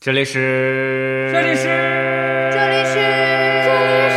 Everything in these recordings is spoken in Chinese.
这里是，这里是这里是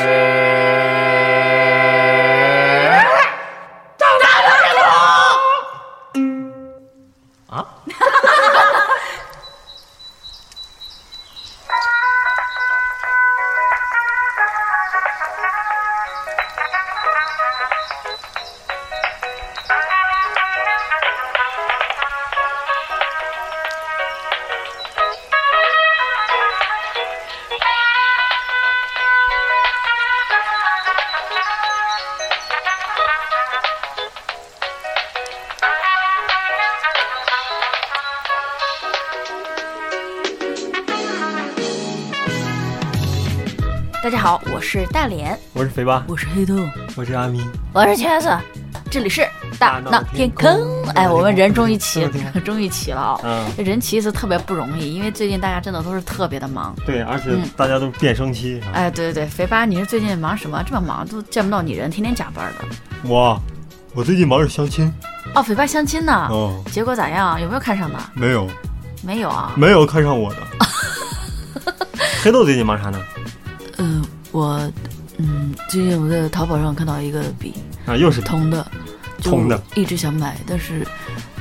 大家好，我是大脸，我是肥八，我是黑豆，我是阿咪，我是圈子，这里是大闹天坑。哎，我们人终于齐， 终于齐了啊、嗯，这人齐一次特别不容易，因为最近大家真的都是特别的忙。对，而且嗯大家都变声期，啊哎，对对对，肥八，你是最近忙什么？这么忙都见不到你人，天天加班了。我我最近忙着相亲，哦，肥八相亲呢，哦，结果咋样？有没有看上的？没有没有啊。没有看上我的。 黑豆最近忙啥呢？嗯、我，嗯，最近我在淘宝上看到一个笔，啊，又是铜的，就铜的一直想买，但是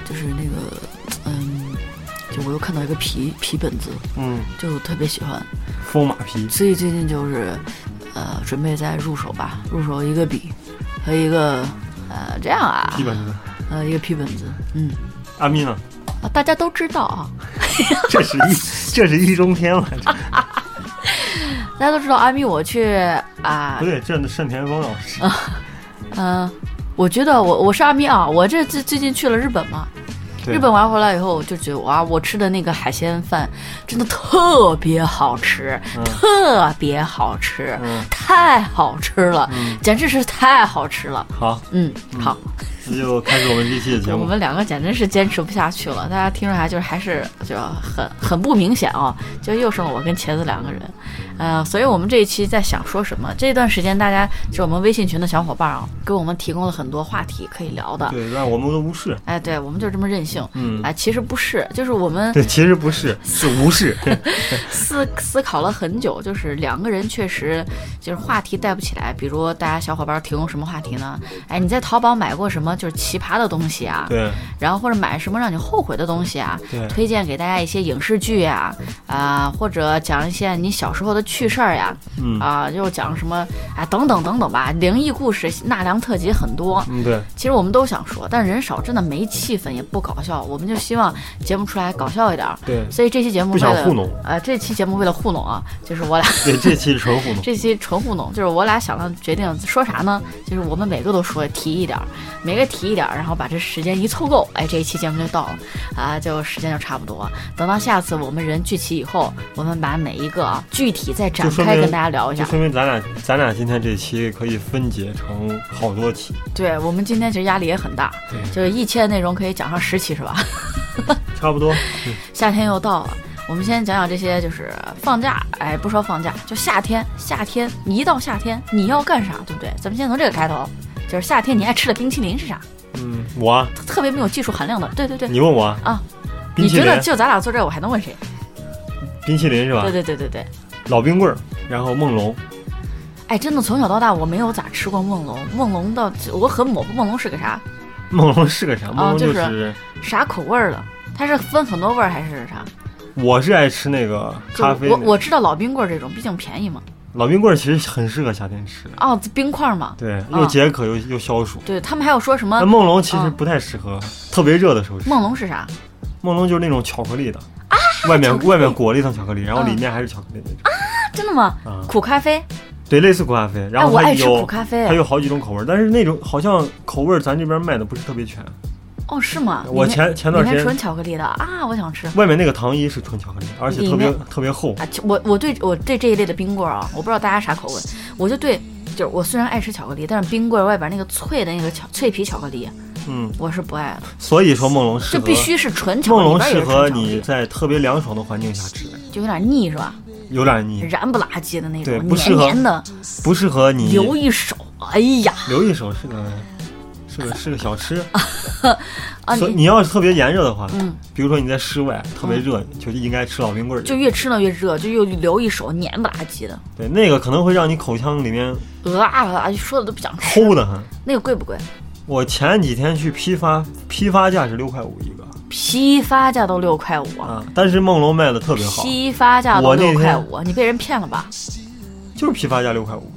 就是那个，嗯，就我又看到一个皮皮本子，嗯，就特别喜欢，风马皮，所以最近就是，呃，准备再入手吧，入手一个笔和一个，呃，这样啊皮，本子。呃，一个皮本子，嗯，阿咪 呢？啊，大家都知道啊，这是一这是一中天了，这大家都知道阿咪我去啊 不，对，这是单田芳老师。嗯、我觉得我我是阿咪啊，我这最最近去了日本嘛，对日本玩回来以后，我就觉得哇，我吃的那个海鲜饭真的特别好吃，嗯特别好吃，嗯太好吃了，嗯，简直是太好吃了。好，嗯，嗯好，那就开始我们这期的节我目。们两个简直是坚持不下去了。大家听出来，就是还是就很很不明显啊，就又剩我跟茄子两个人。呃，所以我们这一期在想说什么？这段时间大家就我们微信群的小伙伴啊，给我们提供了很多话题可以聊的。 对，但我们都无视。哎，对，我们就这么任性。嗯，哎，其实不是，就是我们对，其实不是，是无视。思思考了很久，就是两个人确实就是话题带不起来。比如大家小伙伴提供什么话题呢？哎，你在淘宝买过什么就是奇葩的东西啊？ 对然后或者买什么让你后悔的东西啊？对，推荐给大家一些影视剧呀、啊，或者讲一些你小时候的趣事儿呀，嗯啊，又讲什么啊，等等等等吧，灵异故事、纳凉特辑很多。嗯对，其实我们都想说，但人少真的没气氛，也不搞笑。我们就希望节目出来搞笑一点儿。对所以这期节目不为想了糊弄呃，这期节目为了糊弄啊，就是我俩对，这期是纯糊弄。这期纯糊弄，就是我俩想了决定说啥呢？就是我们每个都说提一点儿，每个提一点儿，然后把这时间一凑够，哎，这一期节目就到了啊，就时间就差不多。等到下次我们人聚齐以后，我们把每一个啊具体再展就说开明跟大家聊一就下。说明咱俩咱俩今天这期可以分解成好多期，对我们今天其实压力也很大，就是一期的内容可以讲上十期是吧？差不多。夏天又到了，我们先讲讲这些，就是放假，哎，不说放假，就夏天，夏天，你一到夏天你要干啥，对不对？咱们先从这个开头，就是夏天你爱吃的冰淇淋是啥？嗯，我啊，特特别没有技术含量的，对对对。你问我啊啊，冰你淇觉淋得，就咱俩坐这儿，我还能问谁？冰淇淋是吧对？对对对对，老冰棍儿，然后梦龙，哎，真的从小到大我没有咋吃过梦龙，梦龙到我很模糊，梦龙是个啥梦龙是个啥？梦龙哦就是啥口味儿的？它是分很多味儿还是啥？我是爱吃那个就咖啡我那个，我知道老冰棍儿这种，毕竟便宜嘛。老冰棍儿其实很适合夏天吃，哦，冰块儿嘛。对，啊又解渴又又消暑。对他们还有说什么那梦龙其实啊不太适合，特别热的时候吃。梦龙是啥？梦龙就是那种巧克力的，外巧面克力外面裹了一层巧克力，然后嗯里面还是巧克力那种。真的吗？啊，苦咖啡。对，类似苦咖啡，然哎，后我它爱吃苦有咖啡它。有好几种口味儿，但是那种好像口味儿咱这边卖的不是特别全。哦，是吗？我里面前前段时里面间纯巧克力的啊，我想吃外面那个糖衣是纯巧克力，而且特别里特别厚。啊。其我我对我对这一类的冰棍儿啊，我不知道大家啥口味，我就对就是我虽然爱吃巧克力，但是冰棍儿外边那个脆的那个巧脆皮巧克力嗯，我是不爱的，所以说梦龙适就合必须是纯巧克力，里梦龙边适有纯巧合克力你在特别凉爽的环境下吃，就有点腻是吧？有点腻，燃不拉几的那对种，不适黏合黏的，不适合你流一手，哎呀，留一手是个。是个是个小吃。啊，所以你你要是特别炎热的话，嗯，比如说你在室外特别热，就应该吃老冰棍儿去。就越吃呢越热，就又流一手黏不拉几的，对，那个可能会让你口腔里面呃啊呃啊，就说的都不想吃。齁的很。那个贵不贵？我前几天去批发，批发价是六块五一个批发价都六块五，啊，但是梦龙卖的特别好，批发价都我那六天块五，你被人骗了吧？就是批发价六块五。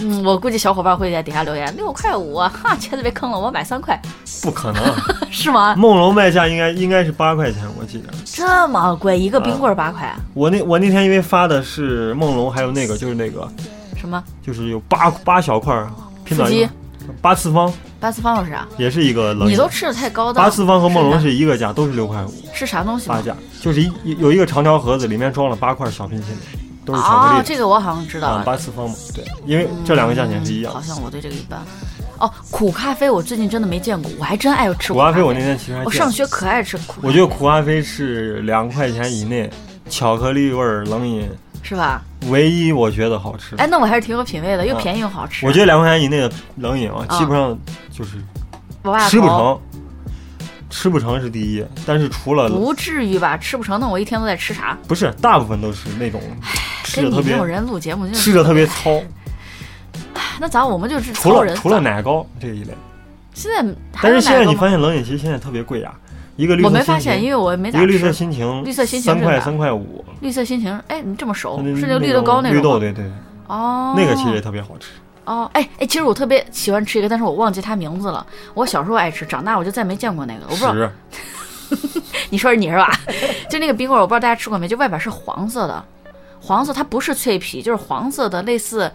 嗯，我估计小伙伴会在底下留言，六块五，哈，茄子被坑了，我买三块， 不可能， 是吗？梦龙卖价应该应该是八块钱，我记得。这么贵，一个冰棍儿八块，我那我那天因为发的是梦龙，还有那个就是那个什么就是有八八小块儿拼到一腹块，八次方八次方有啥？也是一个冷饮。你都吃的太高档。八次方和梦龙是是一个价，都是六块五啥是啥东西吗八？价，就是一有有一个长条盒子，里面装了八块小冰淇淋，都是巧克啊，力的。这个我好像知道啊，了。八次方嘛，对，因为这两个价钱是一样嗯的好。像我对这个一般。哦，苦咖啡我最近真的没见过，我还真爱吃苦苦咖啡。啡我那天其实还我见上学可爱吃苦咖啡，我觉得苦咖啡是两块钱以内，巧克力味儿冷饮，是吧？唯一我觉得好吃。哎，那我还是挺有品味的，又啊便宜又好吃。我觉得两块钱以内的冷饮啊，啊基本上就是娃娃吃不头成，吃不成是第一，但是除了不至于吧？吃不成，那我一天都在吃啥？不是大部分都是那种吃跟你的特这别种人录节目就吃是，的特别糙，那咋我们就是除超了人？除了奶糕这一类，现在还但有是现在奶糕你吗发现冷饮其实现在特别贵呀，一个绿我色没心发现，情因为我没一咋个绿色吃。心情，绿色心情三是块啥三块五，绿色心情，哎，你这么熟，那是那个那绿豆糕那绿种豆吗？对对，对哦，那个其实也特别好吃。哦，哎哎，其实我特别喜欢吃一个，但是我忘记它名字了。我小时候爱吃，长大我就再没见过那个了。我不知道，十你说是你是吧？ 就那个冰棍儿，我不知道大家吃过没？就外边是黄色的，黄色它不是脆皮，就是黄色的，类似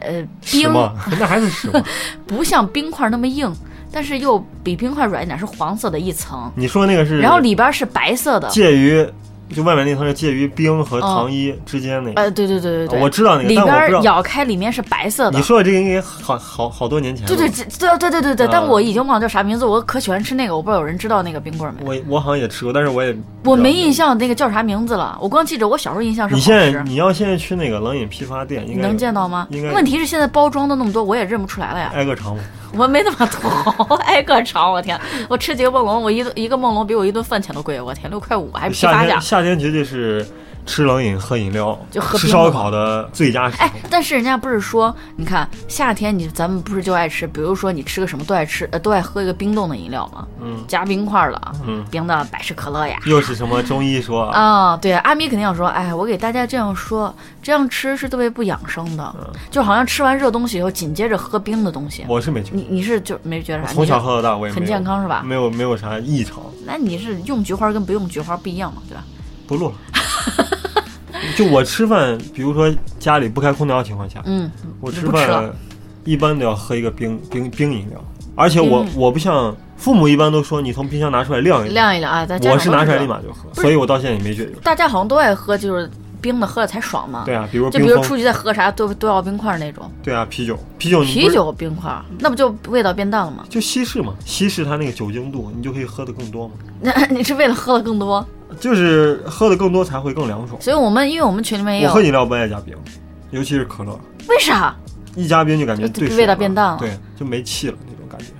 呃十冰， 吗？那还是十吗？不像冰块那么硬，但是又比冰块软一点，是黄色的一层，你说那个是然后里边是白色的。介于就外面那层是介于冰和糖衣之间那个，哦哦呃，对对对对对，我知道那个，里但我不边知道。咬开里面是白色的你。说的这个应该好好好多年前了。对对这对对对对对，但嗯我已经忘了叫啥名字，我可喜欢吃那个，我不知道有人知道那个冰棍儿没？我我好像也吃过，但是我也我没印印象那个叫啥名字了，我光记着我小时候印象是你好现在吃。你要现在去那个冷饮批发店，应你该能见到吗？应该问题是现在包装的那么多，我也认不出来了呀。挨个尝吗？我没那么多， 挨个尝。我天，我吃几个梦龙，我一顿一个梦龙比我一顿饭钱都贵。我天，六块五还是批夏发价天？夏天绝对是吃冷饮、喝饮料、就喝吃冰的烧烤的最佳时哎候。，但是人家不是说，你看夏天你咱们不是就爱吃，比如说你吃个什么都爱吃，呃，都爱喝一个冰冻的饮料吗？嗯加冰块了，啊嗯，冰的百事可乐呀，又是什么中医说啊？啊、对，阿咪肯定要说，哎，我给大家这样说，这样吃是特别不养生的，嗯就好像吃完热东西以后，紧接着喝冰的东西。我是没觉得你，你是就没觉得啥？从小喝到大，我你也是没很有嗯健，康是啊吧？没有没有啥异常。那你是用菊花跟不用菊花不一样嘛，对吧？不录了。 就我吃饭，比如说家里不开空调的情况下，嗯，我你吃不吃饭了一般都要喝一个冰冰冰饮料，而且我冰饮我不像父母一般都说你从冰箱拿出来晾一晾，嗯晾一晾啊，咱家我长是都拿出来这立样，马就喝，所以我到现在也没觉得有啥。大家好像都爱喝，就是冰的喝了才爽嘛。对啊，比如就冰比如出峰，去再喝啥都都要冰块那种，对啊，啤酒，啤酒你不啤是酒冰块，那不就味道变淡了吗？ 就稀释嘛，稀释它那个酒精度，你就可以喝的更多嘛，那你是为了喝的更多，就是喝的更多才会更凉爽。所以我们因为我们群里面也我有喝，饮料不爱加冰，尤其是可乐，为啥？一加冰就感觉就对味道水变淡了对，就没气了那种感觉。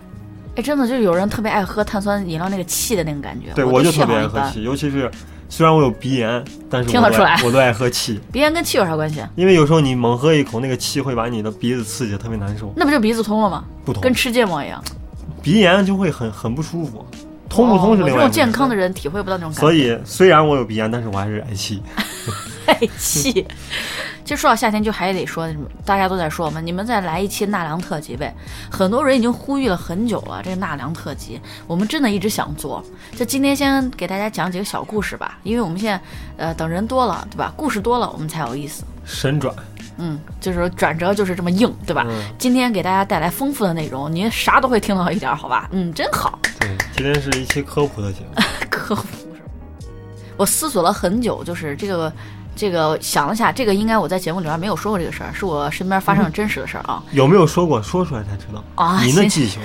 哎，真的就是有人特别爱喝碳酸饮料那个气的那个感觉，对，我我对就气特好别像爱一喝般。气，尤其是虽然我有鼻炎，但是听我得都出爱来我都爱喝气，鼻炎跟气有啥关系？啊因为有时候你猛喝一口，那个气会把你的鼻子刺激得特别难受，那不就鼻子通了吗？不通跟，吃芥末一样。鼻炎就会很很不舒服，通不通哦是我另这外一种回事健康的。人体会不到那种感觉。所以虽然我有鼻炎，但是我还是爱气。太气。 其实说到夏天，就还得说什么，大家都在说我们，你们再来一期纳凉特辑呗。很多人已经呼吁了很久啊了，这个纳凉特辑，我们真的一直想做。就今天先给大家讲几个小故事吧，因为我们现在呃等人多了，对吧？故事多了，我们才有意思。神转，嗯，就是转折就是这么硬，对吧？嗯，今天给大家带来丰富的内容，您啥都会听到一点儿，好吧？嗯，真好。对，今天是一期科普的节目，客服是吧？我思索了很久，就是这个，这个想了下，这个应该我在节目里面没有说过这个事儿，是我身边发生的真实的事儿啊、有没有说过？说出来才知道。啊！你那行 记性，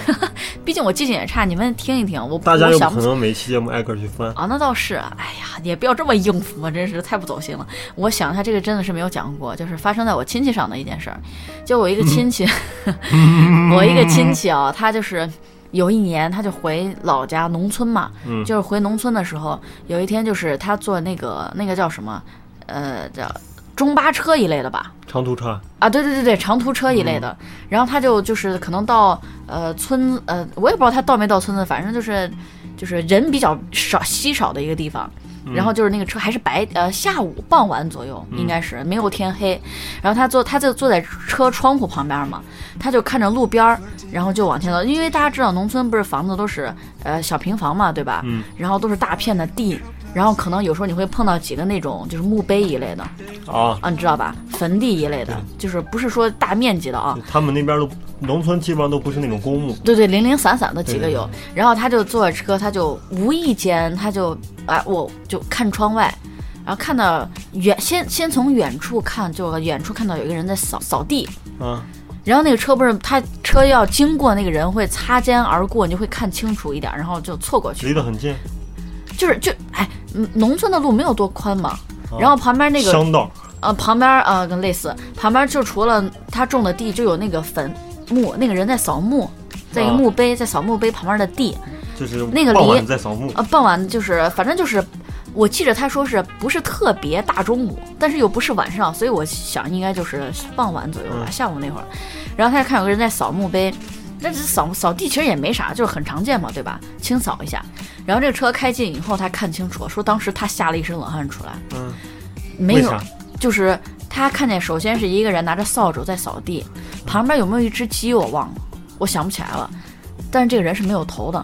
毕竟我记性也差，你们听一听，我大家我又不想不可能每期节目挨个去翻。啊，那倒是，哎呀，也不要这么应付嘛，真是太不走心了。我想一下，这个真的是没有讲过，就是发生在我亲戚上的一件事儿。就我一个亲戚，我一个亲戚啊，他就是有一年他就回老家农村嘛，嗯就是回农村的时候，有一天就是他坐那个那个叫什么，呃，叫中巴车一类的吧，长途车，啊，对对对对，长途车一类的。然后他就就是可能到呃村呃，我也不知道他到没到村子，反正就是就是人比较少稀少的一个地方。然后就是那个车还是白呃下午傍晚左右应该是没有天黑，然后他坐他就坐在车窗户旁边嘛，他就看着路边儿，然后就往前走，因为大家知道农村不是房子都是呃小平房嘛，对吧？嗯，然后都是大片的地，然后可能有时候你会碰到几个那种就是墓碑一类的，啊，啊，你知道吧？坟地一类嗯的，就是不是说大面积的啊。他们那边都农村基本上都不是那种公墓，对对，零零散散的几个对有，然后他就坐着车，他就无意间，他就啊，我就看窗外，然后看到远，先先从远处看，就远处看到有一个人在扫扫地，啊，然后那个车不是他车要经过那个人会擦肩而过，你就会看清楚一点，然后就错过去，离得很近，就是就哎，嗯农村的路没有多宽嘛，啊然后旁边那个乡道，呃，旁边儿呃跟类似，旁边儿就除了他种的地，就有那个坟墓，那个人在扫墓，在一个啊墓碑，在扫墓碑旁边儿的地。就是那个傍晚离在扫墓，呃，傍晚就是反正就是，我记着他说是不是特别大中午，但是又不是晚上，所以我想应该就是傍晚左右吧，嗯下午那会儿。然后他就看有个人在扫墓碑，那只是扫扫地其实也没啥，就是很常见嘛，对吧？清扫一下。然后这个车开近以后，他看清楚了，说当时他吓了一身冷汗出来，嗯，没为有啥？就是他看见，首先是一个人拿着扫帚在扫地，旁边有没有一只鸡我忘了，我想不起来了。但是这个人是没有头的，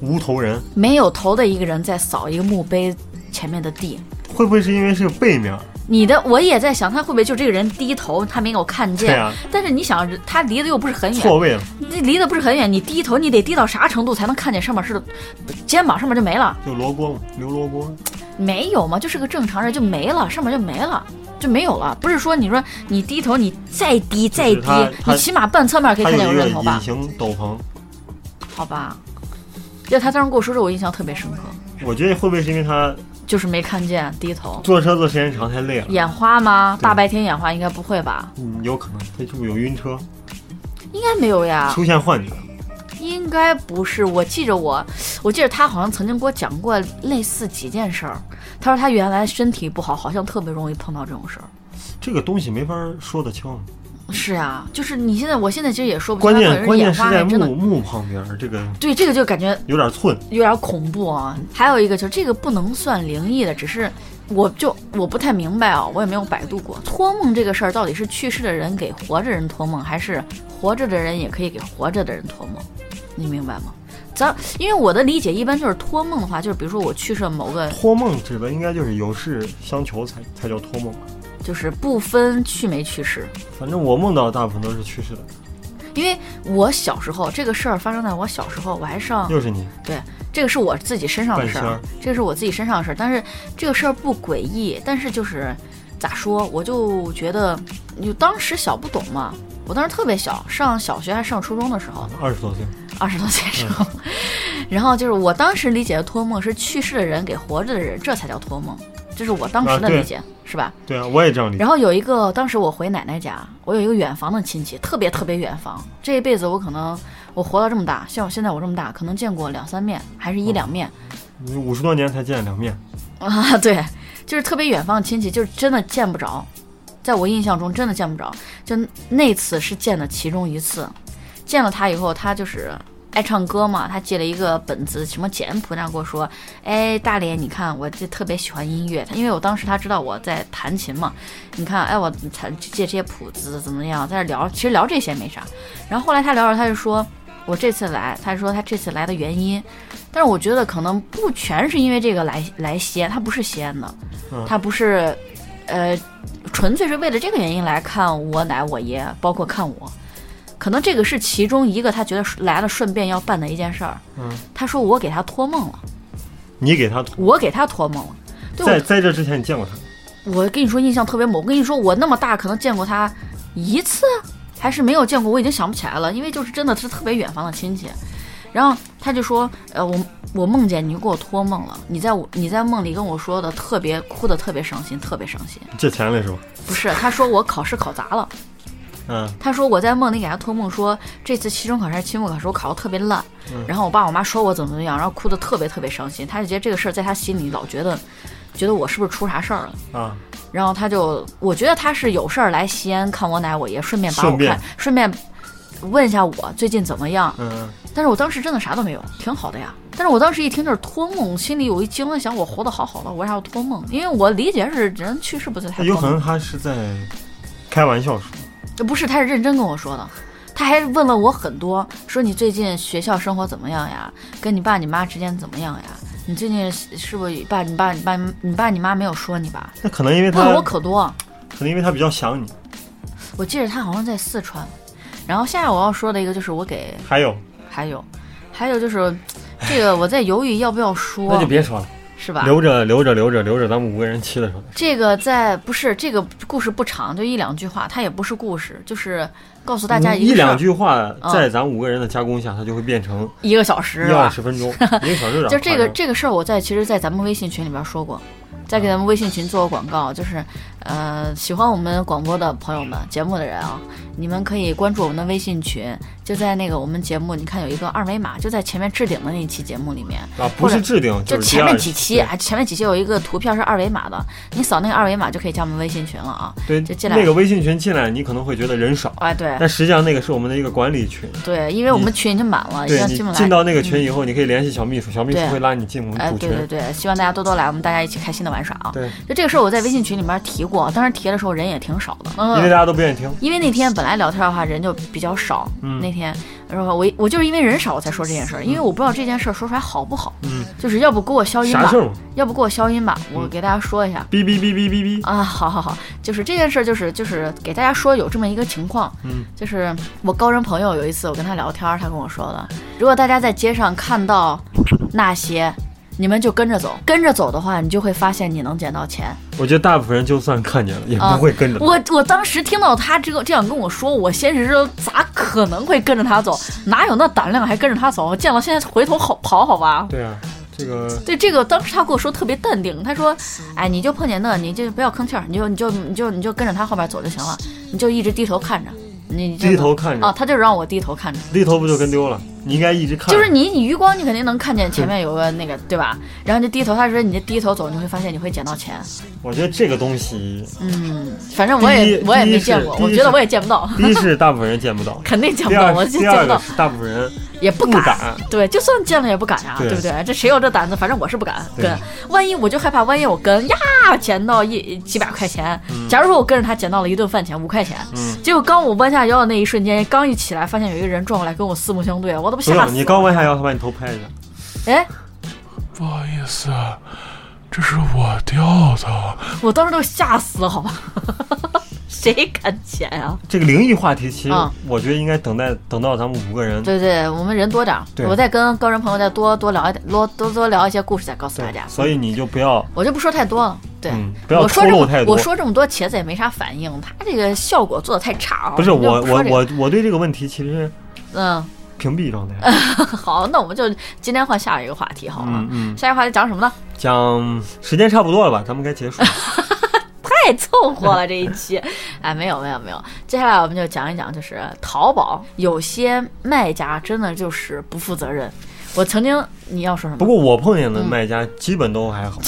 无头人没有头的一个人在扫一个墓碑前面的地。会不会是因为是背面？你的我也在想，他会不会就这个人低头，他没有看对啊见？呀，但是你想，他离得又不是很远，错位了，你离得不是很远，你低头你得低到啥程度才能看见上面是肩膀上面就没了？就罗锅嘛，刘罗锅，没有嘛，就是个正常人就没了，上面就没了，就没有了。不是说你说你低头，你再低再低他，他你起码半侧面可以它看见有有一个人头吧隐？形斗篷，好吧。就他当时跟我说这，我印象特别深刻，我觉得会不会是因为他就是没看见低头。坐车坐时间长太累了？眼花吗？对大白天眼花应该不会吧？嗯，有可能他是不是有晕车，应该没有呀，出现幻觉？应该不是。我记着我，我记着他好像曾经给我讲过类似几件事儿。他说他原来身体不好，好像特别容易碰到这种事儿。这个东西没法说得清，是呀，就是你现在，我现在其实也说不清关他到键底关是眼键是花还在是真的墓墓旁边儿，这个对，这个就感觉有点寸。有点恐怖啊。还有一个就是这个不能算灵异的，只是我就我不太明白啊，我也没有百度过托梦这个事儿到底是去世的人给活着人托梦，还是活着的人也可以给活着的人托梦？你明白吗？咱因为我的理解一般就是托梦的话，就是比如说我去世了某个，托梦指的应该就是有事相求才才叫托梦，就是不分去没去世。反正我梦到的大部分都是去世的，因为我小时候这个事儿发生在我小时候，我还上又是你，对，这个是我自己身上的事半仙儿啊儿，这个是我自己身上的事儿。但是这个事儿不诡异，但是就是咋说，我就觉得，就当时小不懂嘛。我当时特别小，上小学还是上初中的时候，二十多岁，二十多岁的时候。嗯 然后就是我当时理解的托梦是去世的人给活着的人，这才叫托梦，这是我当时啊的对理解，是吧？对啊，我也这样理解。然后有一个，当时我回奶奶家，我有一个远房的亲戚，特别特别远房，这一辈子我可能我活到这么大，像我现在我这么大，可能见过两三面，还是哦一两面、你五十多年才见两面，啊。 对，就是特别远方的亲戚，就是真的见不着，在我印象中真的见不着。就那次是见的其中一次，见了他以后，他就是。爱唱歌嘛，他借了一个本子，什么简谱，那跟我说，哎，大连，你看我这特别喜欢音乐，他因为我当时他知道我在弹琴嘛，你看，哎，我弹借这些谱子怎么样，在这聊，其实聊这些没啥。然后后来他聊着，他就说，我这次来，他说他这次来的原因，但是我觉得可能不全是因为这个来来西安，他不是西安的嗯，他不是，呃，纯粹是为了这个原因来看我奶我爷，包括看我，可能这个是其中一个他觉得来了顺便要办的一件事儿。嗯，他说我给他托梦了，你给他托，我给他托梦了。对我在在这之前你见过他，我跟你说印象特别猛，我跟你说我那么大可能见过他一次，还是没有见过，我已经想不起来了，因为就是真的是特别远方的亲戚。然后他就说，呃，我我梦见你就给我托梦了，你在我你在梦里跟我说的特别哭的特别伤心，特别伤心。借钱来是吧？不是，他说我考试考砸了，嗯他说我在梦里给他托梦说，这次期中考试还是期末考试，我考得特别烂，嗯然后我爸我妈说我怎么怎么样，然后哭得特别特别伤心。他就觉得这个事儿在他心里老觉得，觉得我是不是出啥事儿了？啊，然后他就，我觉得他是有事儿来西安看我奶我爷，顺便把我顺便看，顺便问一下我最近怎么样。嗯但是我当时真的啥都没有，挺好的呀。但是我当时一听就是托梦，心里有一惊了，想我活得好好的，我为啥要托梦？因为我理解是人去世不是才有托可能梦，他是在开玩笑说，不是他是认真跟我说的。他还问了我很多，说你最近学校生活怎么样呀？跟你爸你妈之间怎么样呀？你最近是不是你爸你爸你爸你爸你妈没有说你吧？那可能因为问他我可多，可能因为他比较想你。我记得他好像在四川。然后下来我要说的一个就是我给还有，还有，还有就是这个我在犹豫要不要那说就，别说了，是吧？留着留着留着留着，咱们五个人七的时候再说。这个在不是这个故事不长，就一两句话，它也不是故事，就是告诉大家一个事儿两句话，嗯在咱五个人的加工下，它就会变成一个小时一二吧。十分钟，一个小时啊有点就这个夸张这个事儿，我在其实，在咱们微信群里边说过，再给咱们微信群做个广告，就是呃，喜欢我们广播的朋友们、节目的人啊，你们可以关注我们的微信群，就在那个我们节目，你看有一个二维码，就在前面置顶的那一期节目里面，啊，不或是者置顶，就是前面第二几期啊，前面几期有一个图片是二维码的，你扫那个二维码就可以加我们微信群了啊。对就进来那个微信群进来，你可能会觉得人少，哎，对但实际上那个是我们的一个管理群。对，因为我们群已经满了，已对经你哎进不来。嗯进到那个群以后，你可以联系小秘书，小秘书对会拉你进我哎们，主对对群。对，希望大家多多来，我们大家一起开心的玩耍啊！对，就这个事儿，我在微信群里面提过，当时提的时候人也挺少的，因为嗯，大家都不愿意听。因为那天本来聊天的话人就比较少，嗯那天，然后我我就是因为人少我才说这件事儿，因为我不知道这件事儿说出来好不好，嗯，就是要不给我消音啥吧事，儿嘛？要不给我消音吧，我给大家说一下。哔哔哔哔哔哔。啊，好好好，就是这件事，儿，就是就是给大家说有这么一个情况，嗯，就是我高中朋友有一次我跟他聊天儿，他跟我说的，如果大家在街上看到那些，你们就跟着走，跟着走的话，你就会发现你能捡到钱。我觉得大部分人就算看见了，也啊不会跟着。 我我当时听到他这个这样跟我说，我先是说咋可能会跟着他走，哪有那胆量还跟着他走？我见了现在回头好跑好吧。对啊，这个对这个，当时他跟我说特别淡定，他说：“哎，你就碰见那，你就不要吭气儿，你就你就你就你就跟着他后边走就行了，你就一直低头看着，你你就低头看着啊，他就让我低头看着，低头不就跟丢了？你应该一直看。就是你你余光你肯定能看见前面有个那个对吧？然后你就低头，他说你就低头走，你会发现你会捡到钱。我觉得这个东西，嗯，反正我也第一我也第没一是见过，第一我觉得是我也见不到， ，第一是大部分人见不到肯定见不第到，二我就第见不二到个，是大部分人也不不敢。敢。对，就算见了也不敢呀、对对不对？这谁有这胆子？反正我是不敢对跟。万一我就害怕，万一我跟呀捡到一几百块钱，假如说我跟着他捡到了一顿饭钱五块钱，嗯结果刚我弯下腰的那一瞬间，刚一起来发现有一个人转过来跟我四目相对，我都不不吓死了。用，你刚弯下腰，他把你头拍一下。哎，不好意思，啊这是我掉的。我当时都吓死了，好吧？ 谁敢啊捡呀、这个灵异话题，其实嗯我觉得应该等待等到咱们五个人，对对，我们人多点儿，对我再跟高人朋友再多多聊一点，多多多聊一些故事，再告诉大家。所以你就不要我就不说太多了。对，嗯不要我说透这露么太多我说这么多，茄子也没啥反应，他这个效果做的太差了。不是我们就说我我这个我我对这个问题其实嗯， 屏蔽状态，好，那我们就今天换下一个话题好了。嗯嗯，下一个话题讲什么呢？ 讲时间差不多了吧，咱们该结束了。太凑合了这一期，哎，没有没有没有，接下来我们就讲一讲，就是淘宝有些卖家真的就是不负责任。我曾经你要说什不么？过我碰见的卖家基本都还好，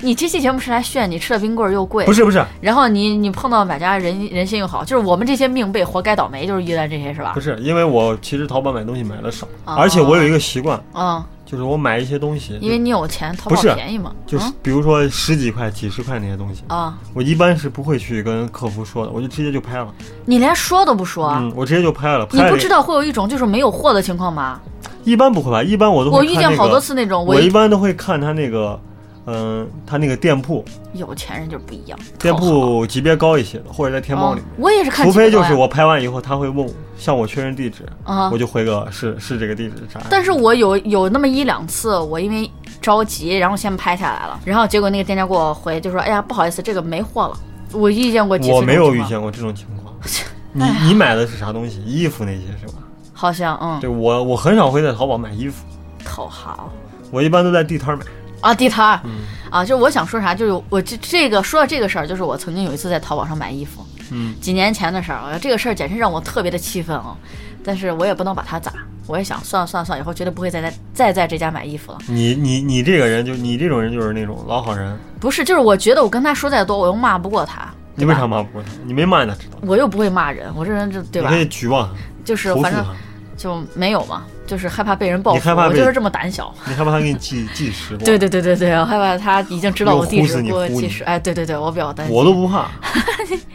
你这期节目是来炫你吃的冰棍儿又贵，不是不是然后你你碰到买家人人心又好，就是我们这些命背活该倒霉，就是遇到这些是吧不？是，因为我其实淘宝买东西买的少，哦而且我有一个习惯，嗯，就是我买一些东西，因为你有钱，淘不宝是便宜嘛。就是嗯比如说十几块、几十块那些东西，啊、我一般是不会去跟客服说的，我就直接就拍了，你连说都不说，嗯，我直接就拍了，你拍不了知道会有一种就是没有货的情况吗？一般不会吧，一般我都我会遇看见那好个多次那种，我一一般都会看他那个，嗯、他那个店铺，有钱人就是不一样，店讨好铺级别高一些的，或者在天猫里嗯。我也是看除直播呀，非就是我拍完以后，他会问我向我确认地址，啊我就回个是是这个地址啥呀。但是我有有那么一两次，我因为着急，然后先拍下来了，然后结果那个店家给我回就说：“哎呀，不好意思，这个没货了。”我遇见过几次，我没有遇，见过这种情况。哎你你买的是啥东西？衣服那些是吧？ 好像嗯，对我我很少会在淘宝买衣服，头好，我一般都在地摊儿买。啊，地摊儿嗯啊，就是我想说啥，就是我这这个说到这个事儿，就是我曾经有一次在淘宝上买衣服，嗯几年前的事儿啊，这个事儿简直让我特别的气愤啊、但是我也不能把它咋，我也想算了算了算了，以后绝对不会再在再在这家买衣服了。你你你这个人就你这种人就是那种老好人，不是，就是我觉得我跟他说再多，我又骂不过他，你为啥骂不过他？你没骂他知道，我又不会骂人，我这人就对你吧可？以举报就是他，投诉反正他，就没有嘛，就是害怕被人报你复，害怕我被就是这么胆小。你害怕他给你记记实过？对对对对对，我害怕他已经知道我地又呼址死你给我呼记你实，哎，对对对，我比较担心。我都不怕，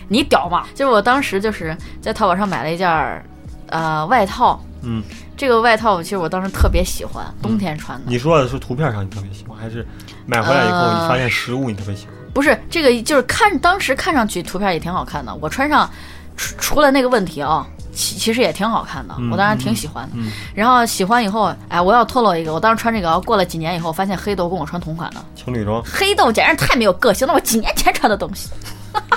你屌嘛？就是我当时就是在淘宝上买了一件儿，呃，外套。嗯，这个外套其实我当时特别喜欢，冬天穿的。你说的是图片上你特别喜欢，还是买回来以后呃你发现实物你特别喜欢？不是这个，就是看当时看上去图片也挺好看的，我穿上除除了那个问题啊，其其实也挺好看的，嗯我当时挺喜欢的。嗯然后喜欢以后，哎，我要透露一个，我当时穿这个，过了几年以后，发现黑豆跟我穿同款的，情侣装，黑豆简直太没有个性了，我几年前穿的东西。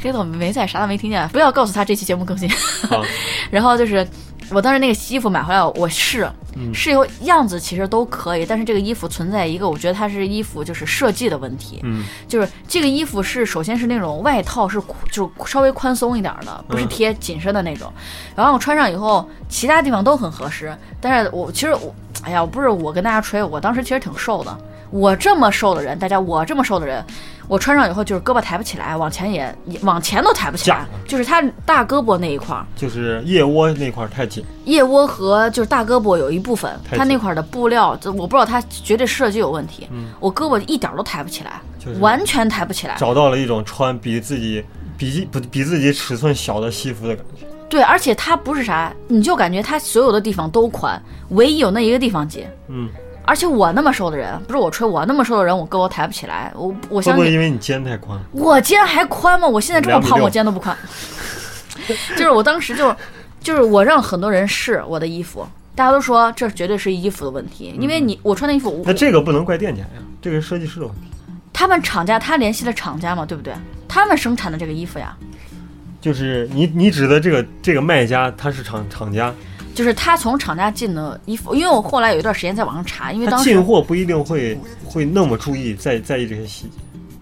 黑豆没在，啥都没听见，不要告诉他这期节目更新。啊 然后就是我当时那个衣服买回来，我试、试以后样子其实都可以，但是这个衣服存在一个，我觉得它是衣服就是设计的问题，嗯就是这个衣服是首先是那种外套是就是稍微宽松一点的，不是嗯贴紧身的那种。然后我穿上以后，其他地方都很合适，但是我其实我，哎呀，不是我跟大家吹，我当时其实挺瘦的。我这么瘦的人，大家我这么瘦的人，我穿上以后就是胳膊抬不起来，往前也也往前都抬不起来假的，就是它大胳膊那一块儿，就是腋窝那块儿太紧，腋窝和就是大胳膊有一部分，太紧它那块儿的布料，就我不知道它绝对设计有问题。嗯我胳膊一点儿都抬不起来，就是完全抬不起来。找到了一种穿比自己比不比自己尺寸小的西服的感觉。对，而且它不是啥，你就感觉它所有的地方都宽，唯一有那一个地方紧。嗯，而且我那么瘦的人，不是我吹，我那么瘦的人，我胳膊抬不起来。我我会相不会信因为你肩太宽？我肩还宽吗？我现在这么胖， 2.6我肩都不宽。 就是我当时就就是我让很多人试我的衣服，大家都说这绝对是衣服的问题，因为你我穿的衣服，我那这个不能怪店家呀，这个是设计师的问题。他们厂家，他联系了厂家嘛，对不对？他们生产的这个衣服呀，就是你你指的这个这个卖家，他是厂厂家，就是他从厂家进的衣服。因为我后来有一段时间在网上查，因为他当进时货不一定会会那么注意在在意这些细节。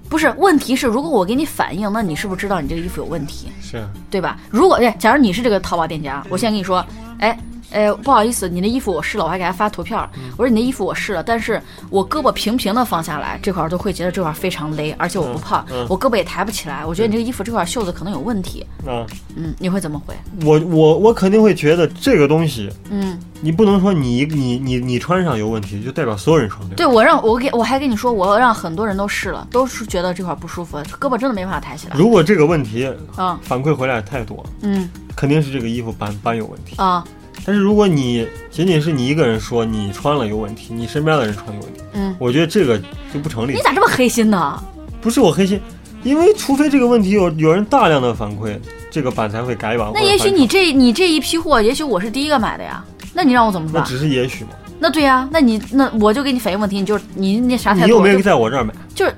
不是问题是，如果我给你反映，那你是不是知道你这个衣服有问题，是啊，对吧？如果哎，假如你是这个淘宝店家，我现在跟你说，哎。哎，不好意思，你的衣服我试了，我还给他发图片儿。嗯我说你的衣服我试了，但是我胳膊平平的放下来，这块儿都会觉得这块儿非常勒，而且我不胖，嗯嗯我胳膊也抬不起来。我觉得你这个衣服这块儿袖子可能有问题。啊，嗯，你会怎么回？我我我肯定会觉得这个东西，嗯，你不能说你你你你穿上有问题，就代表所有人穿对吧。对我让我给我还跟你说，我让很多人都试了，都是觉得这块儿不舒服，胳膊真的没办法抬起来。如果这个问题啊反馈回来太多，嗯肯定是这个衣服版版有问题。啊但是如果你仅仅是你一个人说你穿了有问题，你身边的人穿有问题，嗯，我觉得这个就不成立你。咋这么黑心呢？不是我黑心，因为除非这个问题有有人大量的反馈，这个版才会改版。那或者也许你翻这你这一批货，也许我是第一个买的呀，那你让我怎么那办？只是也许嘛，那对呀、那你那我就给你反映问题，你就你那啥态你度？有我没有就在我这儿买？啊就是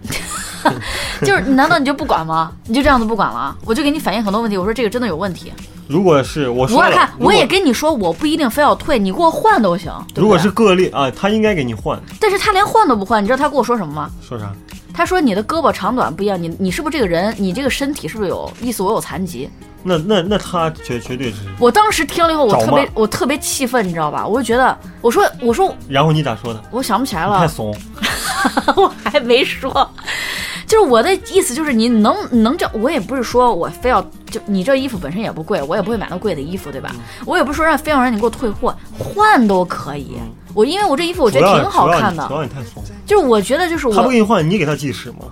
就是， 难道你就不管吗？你就这样子不管了？我就给你反映很多问题，我说这个真的有问题。如果是我我说看啊了，我也如果跟你说，我不一定非要退，你给我换都行。对不对如果是，个例啊，他应该给你换。但是他连换都不换，你知道他跟我说什么吗？说啥？他说你的胳膊长短不一样，你你是不是这个人，你这个身体是不是有意思？我有残疾。那那那他绝绝对是。我当时听了以后，我找特别骂我特别气愤，你知道吧？我就觉得，我说我说然后你咋说的？我想不起来太了，怂，啊 我还没说。就是我的意思，就是你能能这，我也不是说我非要就你这衣服本身也不贵，我也不会买到贵的衣服，对嗯吧？我也不是说让非要让你给我退货，换都可以。我因为我这衣服我觉嗯主得要挺好看主的，要你主要你太怂，就是我觉得就是他不我给你换，你给他计时吗？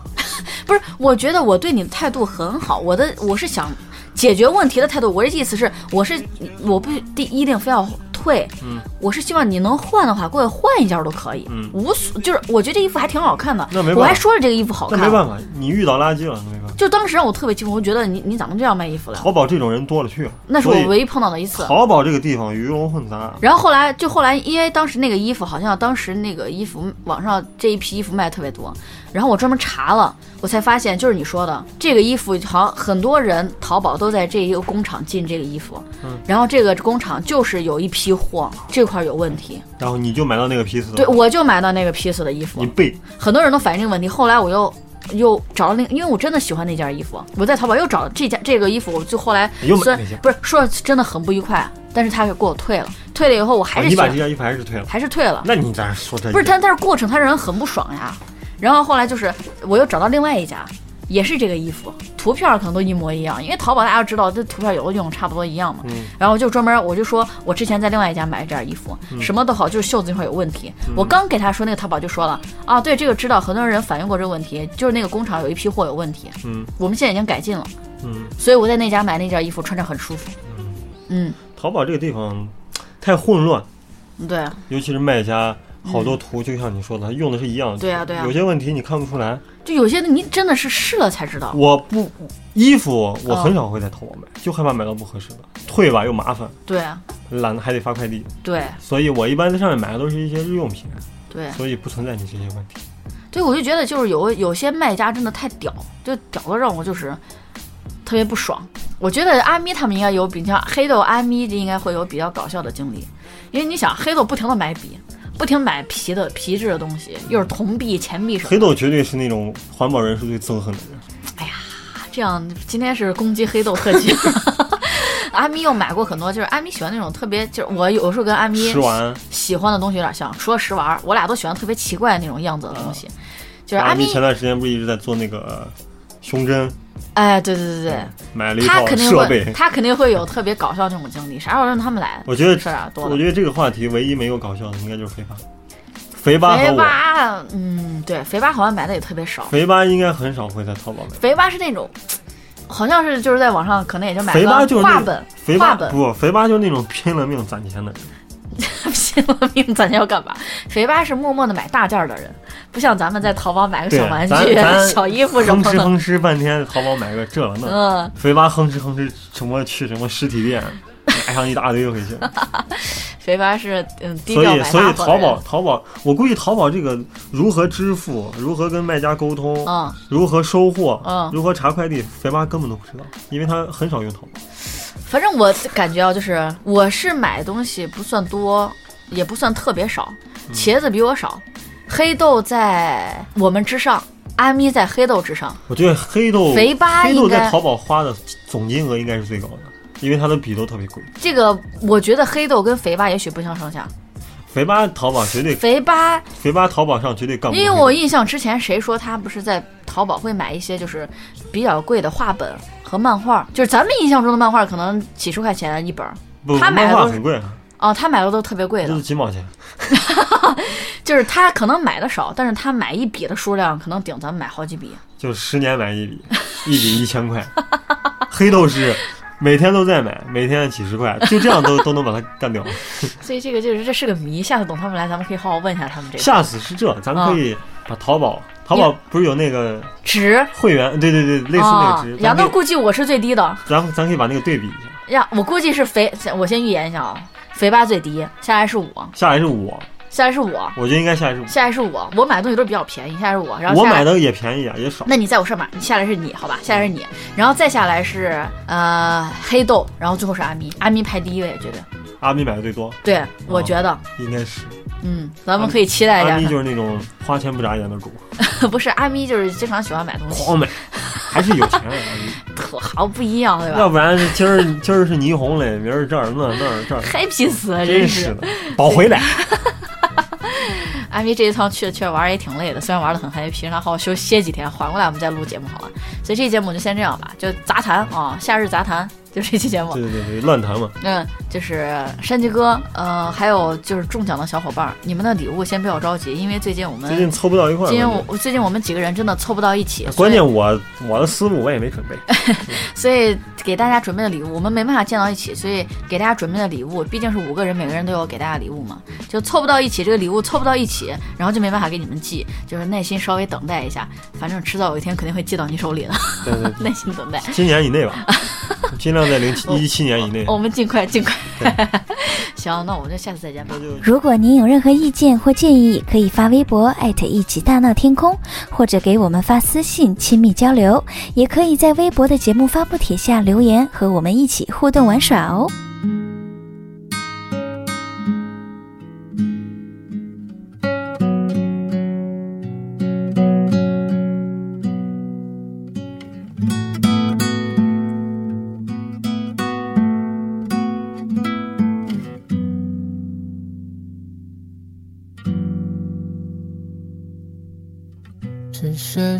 不是，我觉得我对你的态度很好，我的我是想解决问题的态度，我的意思是，我是我不第一定非要退，嗯我是希望你能换的话，给我换一件都可以，嗯无所就是我觉得这衣服还挺好看的，那没办法我还说了这个衣服好那看，没办法，你遇到垃圾了，那没办法。就当时让我特别气愤，我觉得你你咋能这样卖衣服了？淘宝这种人多了去了，那是所以我唯一碰到的一次。淘宝这个地方鱼龙混杂，然后后来就后来，因为当时那个衣服好像当时那个衣服网上这一批衣服卖得特别多，然后我专门查了，我才发现就是你说的这个衣服，好像很多人淘宝都在这一个工厂进这个衣服，嗯然后这个工厂就是有一批货这块儿有问题，然后你就买到那个批次，对，我就买到那个批次的衣服你，背，很多人都反映这个问题。后来我又又找了那个，因为我真的喜欢那件衣服，我在淘宝又找了这件这个衣服，我就后来又买虽那件然不是说真的很不愉快，但是他给我退了，退了以后我还啊是你喜把欢，这件衣服还是退了。还是退了。那你咋说这不是他，但是过程他让人很不爽呀。然后后来就是我又找到另外一家，也是这个衣服，图片儿可能都一模一样，因为淘宝大家都知道这图片有的用差不多一样嘛。嗯然后我就专门我就说我之前在另外一家买这件衣服，什么都好，就是袖子那块有问题。嗯我刚给他说那个淘宝就说了啊，对这个知道，很多人反映过这个问题，就是那个工厂有一批货有问题，嗯我们现在已经改进了，嗯，所以我在那家买那件衣服穿着很舒服。嗯，淘宝这个地方太混乱，对，啊尤其是卖家，好多图就像你说的，他用的是一样的。嗯对啊对啊有些问题你看不出来。就有些你真的是试了才知道。我不衣服，我嗯很少会在淘宝买，就害怕买到不合适的，退吧又麻烦，对啊懒得还得发快递，对所以我一般在上面买的都是一些日用品，对，所以不存在你这些问题。对，我就觉得就是有有些卖家真的太屌，就屌的让我就是特别不爽。我觉得阿咪他们应该有比较黑豆阿咪就应该会有比较搞笑的经历，因为你想黑豆不停的买笔，不停地买皮的皮质的东西，又是铜币、钱币什黑么的。豆绝对是那种环保人士最憎恨的人。这样今天是攻击黑豆特辑。 阿咪又买过很多，就是阿咪喜欢那种特别，就是我有时候跟阿咪吃完，喜欢的东西有点像，除了食玩儿，我俩都喜欢特别奇怪的那种样子的东西。就是阿啊阿咪咪，前段时间不是一直在做那个呃胸针，哎，对对对对，买了一他套肯定设会，备。他肯定会有特别搞笑这种经历。啥时候让他们来？我觉得事儿啊多我了。觉得这个话题唯一没有搞笑的，应该就是肥八。肥八和肥我，八，嗯，对，肥八好像买的也特别少。肥八应该很少会在淘宝买。肥八是那种，好像是就是在网上可能也就买肥八就个是那画种本，肥画 八本不，肥八就是那种拼了命攒 钱的人。拼了命攒钱要干嘛？肥八是默默的买大件儿的人，不像咱们在淘宝买个对小玩具咱、咱小衣服什么哼哧的。哼哧半天，淘宝买个这了那。嗯，肥八哼哧哼哧，什么去什么实体店，买上一大堆回去。肥八是嗯 低所调以，买所大货以的淘人宝，。淘宝，我估计淘宝这个如何支付，如何跟卖家沟通，嗯，如何收货，嗯如何查快递，肥妈根本都不知道，因为她很少用淘宝。反正我感觉啊，就是我是买东西不算多，也不算特别少，茄子比我少，黑豆在我们之上，阿咪在黑豆之上。我觉得黑豆，肥八黑豆应该在淘宝花的总金额应该是最高的，因为它的笔都特别贵。这个我觉得黑豆跟肥八也许不相上下。肥八淘宝绝对，肥八，肥八淘宝上绝对干不过因黑为豆。我印象之前谁说他不是在淘宝会买一些就是比较贵的画本和漫画，就是咱们印象中的漫画可能几十块钱一本儿。不，他买漫的画都是很贵，哦，他买的都特别贵这的是，几毛钱。就是他可能买的少，但是他买一笔的数量可能顶咱们买好几笔。就十年买一笔， 一笔一千块。黑豆是每天都在买，每天几十 块，就这样都都能把它干掉。所以这个就是这是个谜，下次等他们来，咱们可以好好问一下他们这个下次是这，咱们可嗯以把淘宝，淘宝不是有那个值。啊会员？对对对，类似那个值，杨咱豆可以估计我是最低的，咱咱可以把那个对比一下。呀，我估计是肥，我先预言一下啊，肥八最低，下来是我，下来是我，下来是我，我觉得应该下来是我，下来是我，我买的东西都是比较便宜，下来是我，然后我下来买的也便宜啊，也少。那你在我上面，下来是你，好吧？下来是你，然后再下来是呃黑豆，然后最后是阿咪，阿咪排第一位，绝对。阿咪买的最多，对，我觉得，应该是嗯，咱们可以期待一阿下咪就是那种花钱不眨眼 的狗，他。不是阿咪，就是经常喜欢买东西，狂买，还是有钱人阿咪。特好不一样，对吧要？不然今儿今儿是霓虹嘞，明儿这儿那儿那儿这儿， happy 死了，真是是。的，保回来。阿咪这一趟去确实玩儿也挺累的，虽然玩的很 happy，让他好好休歇几天，缓过来我们再录节目好了。所以这期节目就先这样吧，就杂谈啊、夏日杂谈就这期节目。对对对，乱谈嘛。嗯，就是山鸡哥，呃，还有就是中奖的小伙伴儿，你们的礼物先不要着急，因为最近我们最近凑不到一块儿。今天关我键我最近我们几个人真的凑不到一起，关键我我的思路我也没准备。所以给大家准备的礼物，我们没办法见到一起，所以给大家准备的礼物，毕竟是五个人，每个人都有给大家礼物嘛，就凑不到一起，这个礼物凑不到一起，然后就没办法给你们寄，就是耐心稍微等待一下，反正迟早有一天肯定会寄到你手里的，对对对， 耐心等待。 今年以内吧，尽量在零七一七年以内。 我们尽快尽快。行，那我们就下次再见吧那。就如果您有任何意见或建议，可以发微博艾特一起大闹天空，或者给我们发私信亲密交流，也可以在微博的节目发布帖下留言，和我们一起互动玩耍哦。去学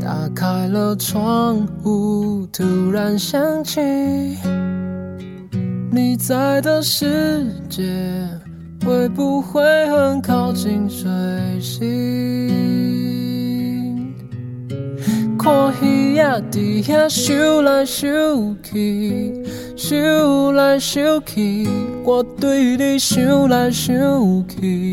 打开了窗户，突然想起你在的世界会不会很靠近水星？看鱼呀，伫遐想来想去，想来想去，我对你想来想去，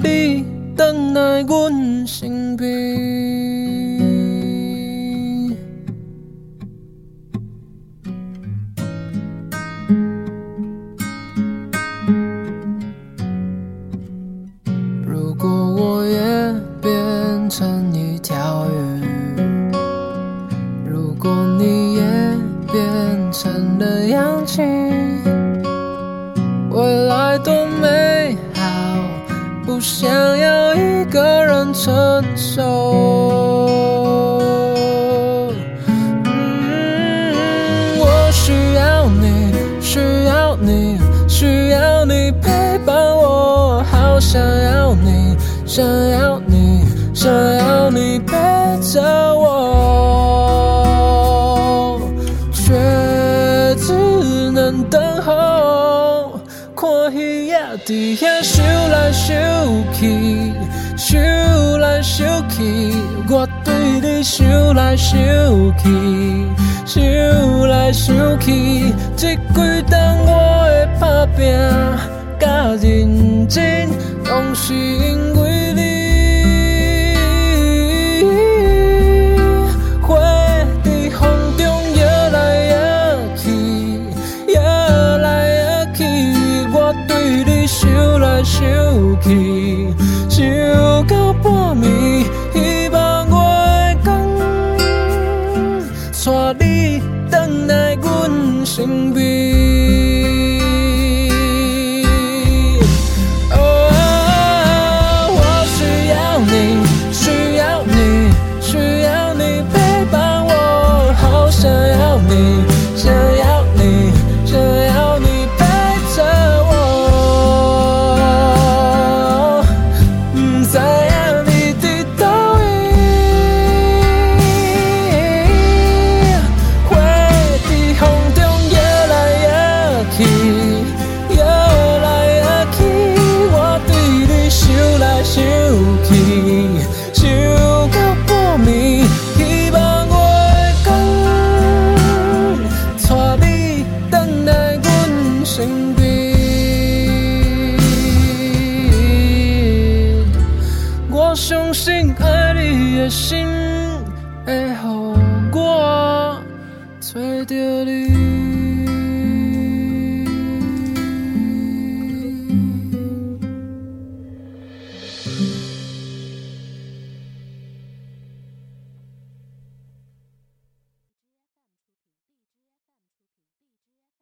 带你回来阮身边。如果我也变成一条鱼，如果你也变成了氧气，未来多美好，不想要一个人承受。嗯，我需要你，需要你，需要你陪伴我，好想要你，想要你，想要你陪着我，却只能等候。看鱼也伫遐啊想来想去，想来想去，我对你想来想去，想来想去，这几冬我的打拼甲认真，拢是因为你。花在风中摇来摇去，摇来摇去，我对你想来想去，想到半暝，希望我会讲，带你回来阮身边。哦，我需要你，需要你，需要你陪伴我，好想要你，想要你，想要你陪着我，不知影你伫倒位。花在风中摇来摇去，摇来摇去，我对你想来想去，想到半暝，希望我会讲，带你回来阮身边。我相信爱你的心会予我找到你。